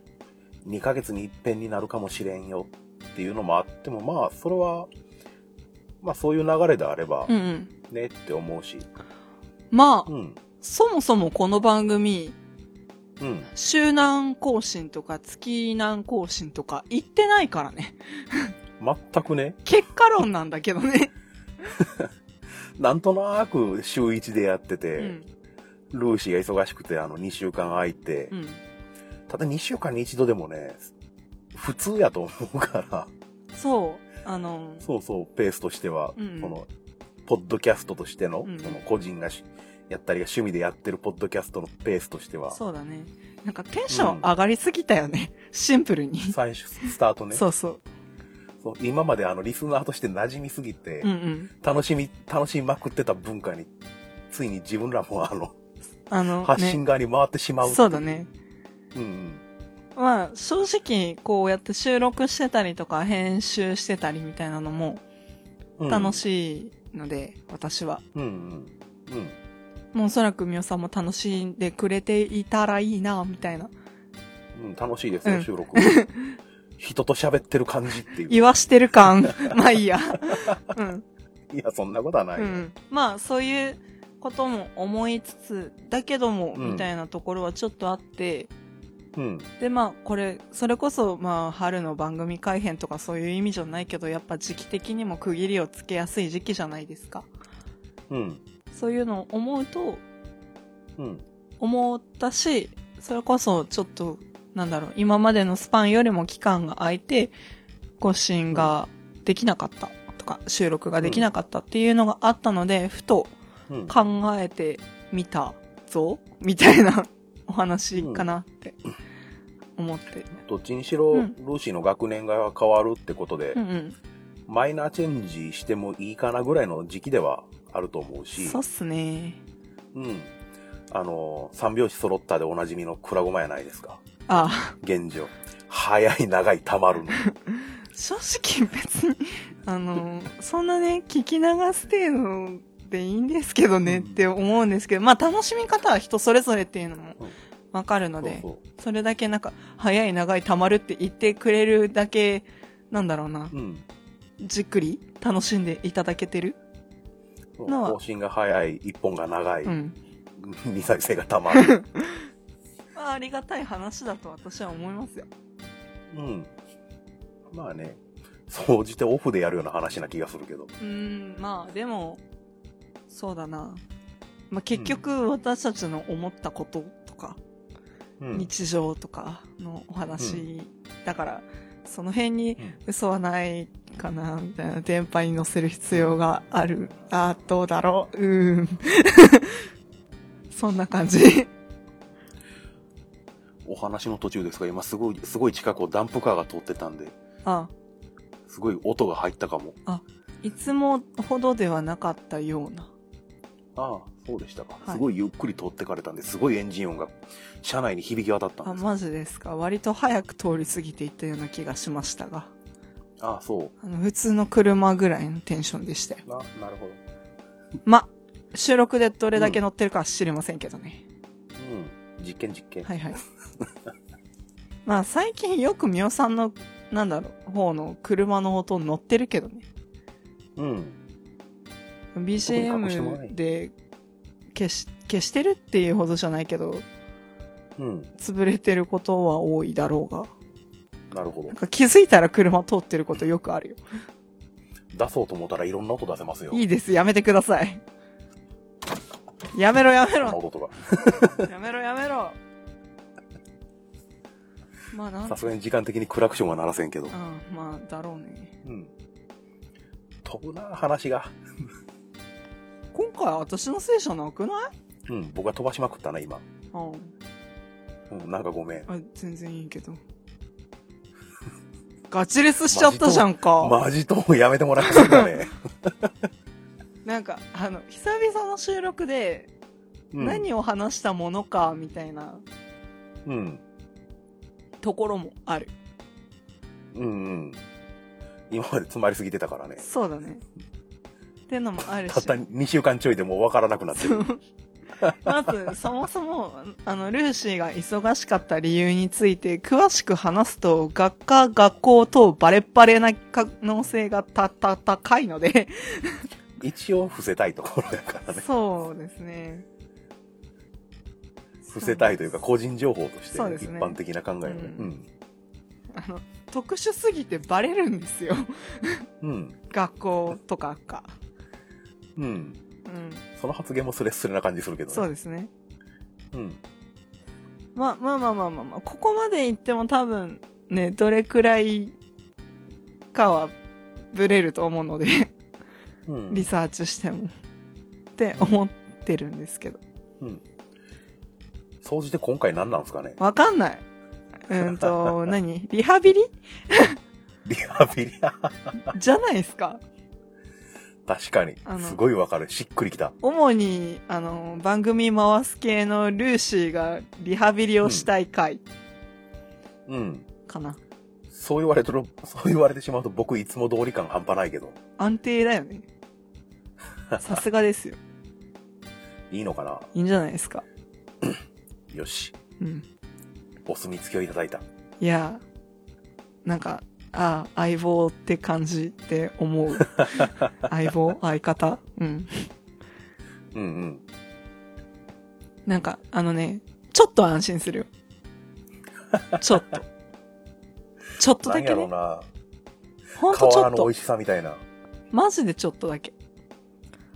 Speaker 1: 2ヶ月に一遍になるかもしれんよっていうのもあっても、まあ、それは、まあ、そういう流れであれば
Speaker 2: うんうん。
Speaker 1: ねって思うし、
Speaker 2: まあ
Speaker 1: う、ん、
Speaker 2: そもそもこの番組、
Speaker 1: うん、
Speaker 2: 週何更新とか月何更新とか言ってないからね。
Speaker 1: 全くね、
Speaker 2: 結果論なんだけど ね。
Speaker 1: なんとなく週1でやって
Speaker 2: う
Speaker 1: て、
Speaker 2: ん。
Speaker 1: ルーシーが忙しくて、あの、2週間空いて、
Speaker 2: うん。
Speaker 1: ただ2週間に一度でもね、普通やと思うから、
Speaker 2: そう。あの、
Speaker 1: そうそう、ペースとしては、
Speaker 2: うん
Speaker 1: この、ポッドキャストとしての、
Speaker 2: うん
Speaker 1: その個人がしやったりが趣味でやってるポッドキャストのペースとしては、
Speaker 2: そうだね。なんかテンション上がりすぎたよね。シンプルに。
Speaker 1: 最初、スタートね。
Speaker 2: そうそう。
Speaker 1: そう今まであの、リスナーとして馴染みすぎて、
Speaker 2: うんうん。
Speaker 1: 楽しみ、楽しみまくってた文化に、ついに自分らもあの、
Speaker 2: あの、
Speaker 1: 発信
Speaker 2: ね。
Speaker 1: 側に回ってしまう。
Speaker 2: そうだね。
Speaker 1: うん
Speaker 2: まあ、正直、こうやって収録してたりとか、編集してたりみたいなのも
Speaker 1: うん。
Speaker 2: 楽
Speaker 1: い。
Speaker 2: しいので、私は。
Speaker 1: うんうん。うん。
Speaker 2: もうおそらくみおさんも楽しんでくれていたらいいな、みたい な。
Speaker 1: うん、楽しいです
Speaker 2: う
Speaker 1: ね、
Speaker 2: ん
Speaker 1: 収録。人と喋ってる感じっていう。
Speaker 2: 言わしてる感。まあいいや。うん。
Speaker 1: いや、そんなことはな
Speaker 2: う
Speaker 1: い。よ
Speaker 2: ん。まあ、そういうことも思いつつ、だけども、
Speaker 1: うん
Speaker 2: みたいなところはちょっとあって、
Speaker 1: うん。
Speaker 2: で、まあ、これ、それこそ、まあ、春の番組改編とかそういう意味じゃないけど、やっぱ時期的にも区切りをつけやすい時期じゃないですか。
Speaker 1: うん。
Speaker 2: そういうのを思うと、
Speaker 1: うん。
Speaker 2: 思ったし、それこそちょっと、なんだろう、今までのスパンよりも期間が空いて、更新ができなかったとか、収録ができなかったっていうのがあったので、ふと
Speaker 1: うん。
Speaker 2: 考えてみたぞ、みたいな お話かなって思って。
Speaker 1: どっちにしろ、
Speaker 2: う
Speaker 1: ル
Speaker 2: ん
Speaker 1: ーシーの学年が変わるってことで、
Speaker 2: うんうん。
Speaker 1: マイナーチェンジしてもいいかなぐらいの時期ではあると思うし、
Speaker 2: そうっすね。
Speaker 1: うん。あの、三拍子揃ったでおなじみのクラゴマやないですか。
Speaker 2: あ
Speaker 1: 現状。早い、長い、溜まるの。
Speaker 2: 正直別に、 あの、そんなね、聞き流す程度でいいんですけどねって思うんですけど、まあ楽しみ方は人それぞれっていうのも
Speaker 1: うん
Speaker 2: わかるので、
Speaker 1: そう
Speaker 2: それだけなんか、早い長い溜まるって言ってくれるだけ、なんだろうな
Speaker 1: そ、う。うん。
Speaker 2: じっくり楽しんでいただけてる
Speaker 1: そう
Speaker 2: のは
Speaker 1: 更新が早い、一本が長い、
Speaker 2: うん。
Speaker 1: 二再生が溜まる。
Speaker 2: まあありがたい話だと私は思いますよ。
Speaker 1: うん。まあね、総じてオフでやるような話な気がするけど。
Speaker 2: うーん、まあでも、そうだな。まあ結局私たちの思ったこととか、
Speaker 1: うん。
Speaker 2: 日常とかのお話だから、その辺に嘘はないかな、みたいな、電波に載せる必要がある。あー、どうだろう、うーん。 そんな感じ。
Speaker 1: お話の途中ですが、今すごい、すごい近くをダンプカーが通ってたんで、
Speaker 2: あ、
Speaker 1: すごい音が入ったかも。
Speaker 2: いつもほどではなかったような。
Speaker 1: ああ、そうでしたか。
Speaker 2: い
Speaker 1: すごいゆっくり通ってかれたんで、すごいエンジン音が車内に響き渡った
Speaker 2: あ、
Speaker 1: んです。
Speaker 2: マジですか。割と早く通り過ぎていったような気がしましたが。
Speaker 1: ああ、そ
Speaker 2: あの、普通の車ぐらいのテンションでしたよ。
Speaker 1: う。な、なるほど。
Speaker 2: ま、収録でどれだけ乗ってるかは知りませんけどね。
Speaker 1: うん。実験実験。
Speaker 2: はい はい。まあ最近よくみおさんの、なんだろう、方の車の音乗ってるけどね。
Speaker 1: うん。隠してもらえ
Speaker 2: BGM で消し、消してるっていうほどじゃないけど、
Speaker 1: うん。
Speaker 2: 潰れてることは多いだろうが。
Speaker 1: なるほど
Speaker 2: なん。か気づいたら車通ってることよくあるよ。
Speaker 1: 出そうと思ったらいろんな音出せますよ。
Speaker 2: いいです、やめてください。やめろやめ
Speaker 1: あの
Speaker 2: ろ
Speaker 1: 音とか。
Speaker 2: やめろやめろまあなん、う
Speaker 1: さすがに時間的にクラクションは鳴らせんけど。
Speaker 2: ん、まあだろうね。
Speaker 1: うん。飛ぶな、話が。
Speaker 2: 今回私のせいじゃなくない
Speaker 1: うん、僕は飛ばしまくったな、今。
Speaker 2: うん。
Speaker 1: うん、なんかごめん。
Speaker 2: あ全然いいけどガチレスしちゃったじゃんか。
Speaker 1: マジトーンやめてもらえますか ね。
Speaker 2: なんか、あの、久々の収録で、
Speaker 1: うん、
Speaker 2: 何を話したものか、みたいな
Speaker 1: うん。
Speaker 2: ところもある。
Speaker 1: うんうん。今まで詰まりすぎてたからね。
Speaker 2: そうだね。ってのもあるし。
Speaker 1: たった2週間ちょいでもう分からなくなって
Speaker 2: そ
Speaker 1: る。
Speaker 2: うまず、そもそも、あの、ルーシーが忙しかった理由について、詳しく話すと、学科、学校等バレバレな可能性がた、た、高いの で、
Speaker 1: 一応伏せたいところやか らね。
Speaker 2: そうですね。
Speaker 1: 伏せたいというか、個人情報として、
Speaker 2: そうです
Speaker 1: 一
Speaker 2: ね
Speaker 1: 般的な考えのね。
Speaker 2: う
Speaker 1: うん。
Speaker 2: あの、特殊すぎてバレるんですよ。
Speaker 1: うん。
Speaker 2: 学校とかか。
Speaker 1: うん。
Speaker 2: うん。
Speaker 1: その発言もスレスレな感じするけどね。
Speaker 2: そうですね。
Speaker 1: うん。
Speaker 2: まあまあまあまあまあ、まあ、ここまで行っても多分ね、どれくらいかはブレると思うので、
Speaker 1: うん。
Speaker 2: リサーチしても。って思ってるんですけど。
Speaker 1: 総じて今回何なんですかね。
Speaker 2: わかんない。うーんと、何リハビリ
Speaker 1: リハビリア。
Speaker 2: じゃないですか。
Speaker 1: 確かに
Speaker 2: あ。の
Speaker 1: すごいわかる。しっくりきた。
Speaker 2: 主に、あの、番組回す系のルーシーがリハビリをしたい回
Speaker 1: うん。
Speaker 2: かな。
Speaker 1: そう言われてる、そう言われてしまうと僕いつも通り感半端ないけど。
Speaker 2: 安定だよね。さすがですよ。
Speaker 1: いいのかない
Speaker 2: いんじゃないですか。
Speaker 1: よし。
Speaker 2: うん。
Speaker 1: お墨付きをいただいた。
Speaker 2: いや、なんか、ああ、相棒って感じって思う。相棒相方うん。
Speaker 1: うんうん。
Speaker 2: なんか、あのね、ちょっと安心するよ。ちょっと。ちょっと
Speaker 1: な
Speaker 2: だ
Speaker 1: んや
Speaker 2: け
Speaker 1: ろう
Speaker 2: ね。
Speaker 1: な。
Speaker 2: ほんとちょ
Speaker 1: 瓦
Speaker 2: っ
Speaker 1: の美
Speaker 2: と
Speaker 1: 味。しさみたいな。
Speaker 2: マジでちょっとだけ。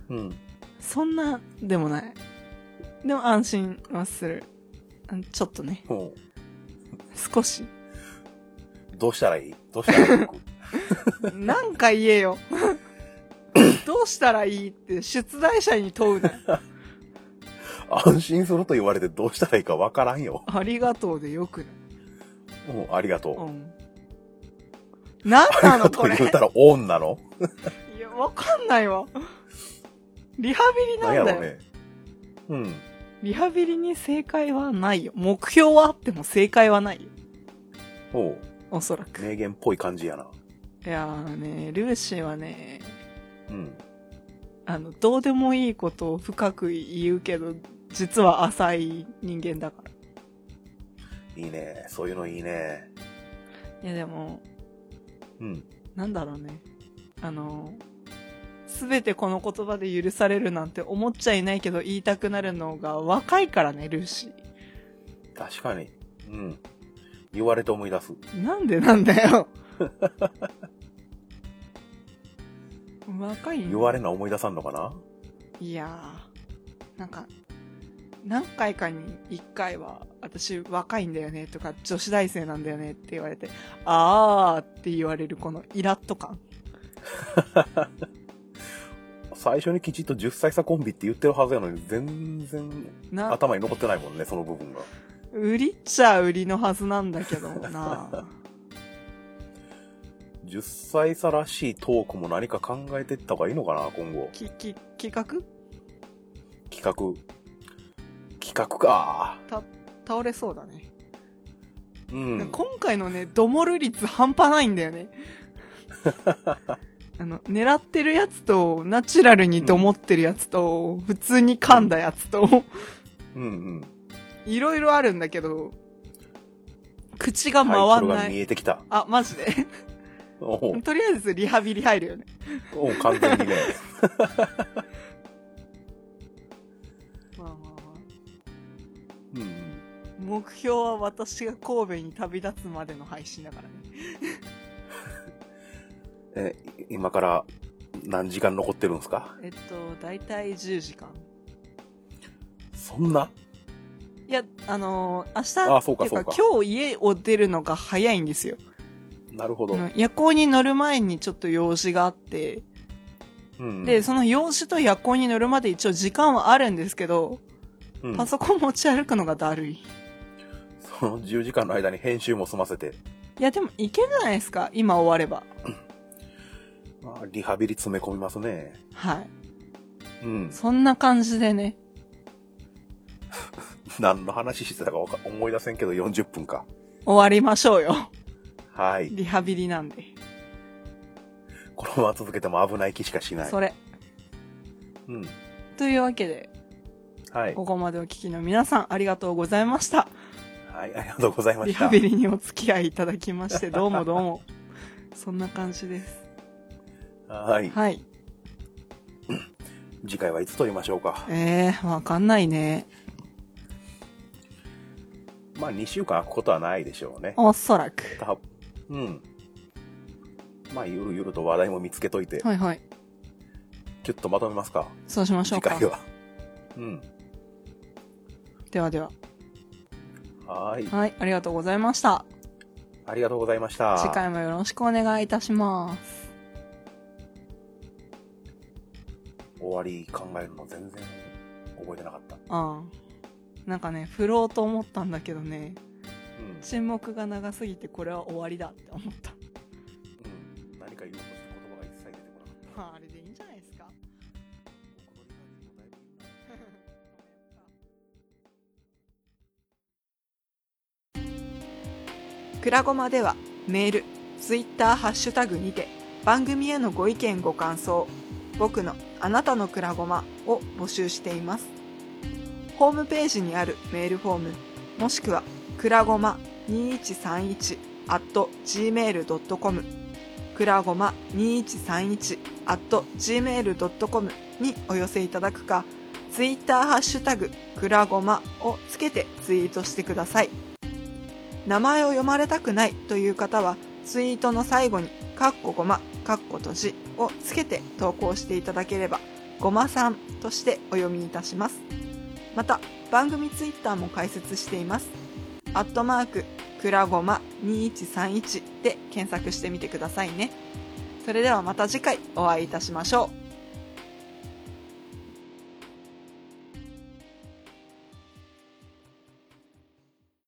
Speaker 1: うん。
Speaker 2: そんな、でもない。でも安心はする。あのちょっとね。
Speaker 1: も
Speaker 2: 少し。
Speaker 1: う、どうしたらいいどうしたらい い
Speaker 2: なんか言え よ。どうしたらいいって出題者に問うなよ。
Speaker 1: 安心すると言われてどうしたらいいかわからんよ。
Speaker 2: ありがとうでよくない。
Speaker 1: もう、ありがとう。
Speaker 2: うん。なん
Speaker 1: あ
Speaker 2: な
Speaker 1: りが
Speaker 2: の
Speaker 1: と
Speaker 2: こ
Speaker 1: う
Speaker 2: れ。
Speaker 1: 言うたらオンなの
Speaker 2: いや、わかんないわ。リハビリ
Speaker 1: なん
Speaker 2: な
Speaker 1: や
Speaker 2: んだ
Speaker 1: ろう
Speaker 2: よ。
Speaker 1: ね。うん。
Speaker 2: リハビリに正解はないよ。目標はあっても正解はないよ。
Speaker 1: も
Speaker 2: おそら
Speaker 1: う、
Speaker 2: く。
Speaker 1: 名言っぽい感じやな。
Speaker 2: いやーね、ルーシーはね、
Speaker 1: うん。
Speaker 2: あの、どうでもいいことを深く言うけど、実は浅い人間だから。
Speaker 1: いいね。そういうのいいね。
Speaker 2: いやでも、
Speaker 1: うん。
Speaker 2: なんだろうね。あの、すべてこの言葉で許されるなんて思っちゃいないけど言いたくなるのが若いからね、ルーシ
Speaker 1: 確かに。うん。言われて思い出す。
Speaker 2: ー。なんでなんだ よ。若い
Speaker 1: 言われな思い出さんのかない
Speaker 2: やー、なんか、何回かに1回は、私若いんだよねとか、女子大生なんだよねって言われて、あーって言われるこのイラッと感。
Speaker 1: 最初にきちっと10歳差コンビって言ってるはずやのに、全然
Speaker 2: な、
Speaker 1: 頭に残ってないもんね、その部分が。
Speaker 2: 売りっちゃ売りのはずなんだけど な。
Speaker 1: 10歳差らしいトークも何か考えてった方がいいのかな、今後。
Speaker 2: き、き、企画
Speaker 1: 企画。企画か。
Speaker 2: 倒れそうだね。
Speaker 1: う
Speaker 2: なん
Speaker 1: ん。
Speaker 2: か今回のね、ドモル率半端ないんだよ ね。あの、狙ってるやつと、ナチュラルにドモってるやつと、普通に噛んだやつと、
Speaker 1: うんうん。
Speaker 2: いろいろあるんだけど、口が
Speaker 1: タイト
Speaker 2: 回
Speaker 1: ル
Speaker 2: んな
Speaker 1: が
Speaker 2: い。
Speaker 1: 見えてきた。
Speaker 2: あ、マジで。
Speaker 1: お う
Speaker 2: とりあえずリハビリ入るよね。
Speaker 1: おう完全 にね。
Speaker 2: まあまあまあ。
Speaker 1: うんうん。
Speaker 2: 目標は私が神戸に旅立つまでの配信だからね。
Speaker 1: え、今から何時間残ってるんですか
Speaker 2: えっと、だいたい10時間。
Speaker 1: そんない
Speaker 2: や、あのー明日
Speaker 1: あそうか
Speaker 2: っていう
Speaker 1: そ
Speaker 2: 今日家を出るのが早いんですよ。
Speaker 1: なるほど。
Speaker 2: うん夜行に乗る前にちょっと用事があって、
Speaker 1: うん。
Speaker 2: で、その用事と夜行に乗るまで一応時間はあるんですけど、
Speaker 1: うん
Speaker 2: パソコン持ち歩くのがだるい。
Speaker 1: その10時間の間に編集も済ませて。
Speaker 2: いいや、でもいけるじゃないですか。今終われば。
Speaker 1: まあ、リハビリ詰め込みますね。
Speaker 2: はい。
Speaker 1: うん。
Speaker 2: そんな感じでね。
Speaker 1: 何の話してたかわか思い出せんけど40分か。
Speaker 2: 終わりましょうよ。
Speaker 1: はい。
Speaker 2: リハビリなんで。
Speaker 1: このまま続けても危ない気しかしない。
Speaker 2: それ。
Speaker 1: うん。
Speaker 2: というわけで、
Speaker 1: はい。
Speaker 2: ここまでお聞きの皆さんありがとうございました。
Speaker 1: はい、ありがとうございま
Speaker 2: リ
Speaker 1: し
Speaker 2: ハ
Speaker 1: た。
Speaker 2: ビリにお付き合いいただきま して、どうもどうも。そんな感じです。
Speaker 1: はい。
Speaker 2: はい。
Speaker 1: 次回はいつ撮りましょうか。
Speaker 2: えー、わかんないね。
Speaker 1: まあ、2週間空くことはないでしょうね。
Speaker 2: おそらく。
Speaker 1: たうん。まあ、ゆるゆると話題も見つけといて、
Speaker 2: はいはい。
Speaker 1: キュッとまとめますか。
Speaker 2: そうしましょう
Speaker 1: 次
Speaker 2: か
Speaker 1: 回。は。うん。
Speaker 2: ではでは。
Speaker 1: はい。
Speaker 2: はい、ありがとうございました。
Speaker 1: ありがとうございました。
Speaker 2: 次回もよろしくお願いいたします。
Speaker 1: 終わり考えるの全然覚えてなかった。
Speaker 2: ああ。なんかね、振ろうと思ったんだけどね、
Speaker 1: うん。
Speaker 2: 沈黙が長すぎてこれは終わりだって思った。
Speaker 1: うん、何か言おうとした言葉が一切出てこなかった。
Speaker 2: まあ、あれでいいんじゃないですか。
Speaker 1: 僕のリハビリもだいぶ
Speaker 2: くらごまではメール、ツイッター、ハッシュタグにて番組へのご意見ご感想、僕のあなたのくらごまを募集しています。ホームページにあるメールフォーム、もしくはくらごま2131 at gmail.com くらごま2131 at gmail.com にお寄せいただくか、ツイッターハッシュタグくらごまをつけてツイートしてください。名前を読まれたくないという方は、ツイートの最後に、カッコごま、カッコとじをつけて投稿していただければ、ごまさんとしてお読みいたします。また、番組ツイッターも開設しています。アットマーク、くらごま2131で検索してみてくださいね。それではまた次回お会いいたしましょう。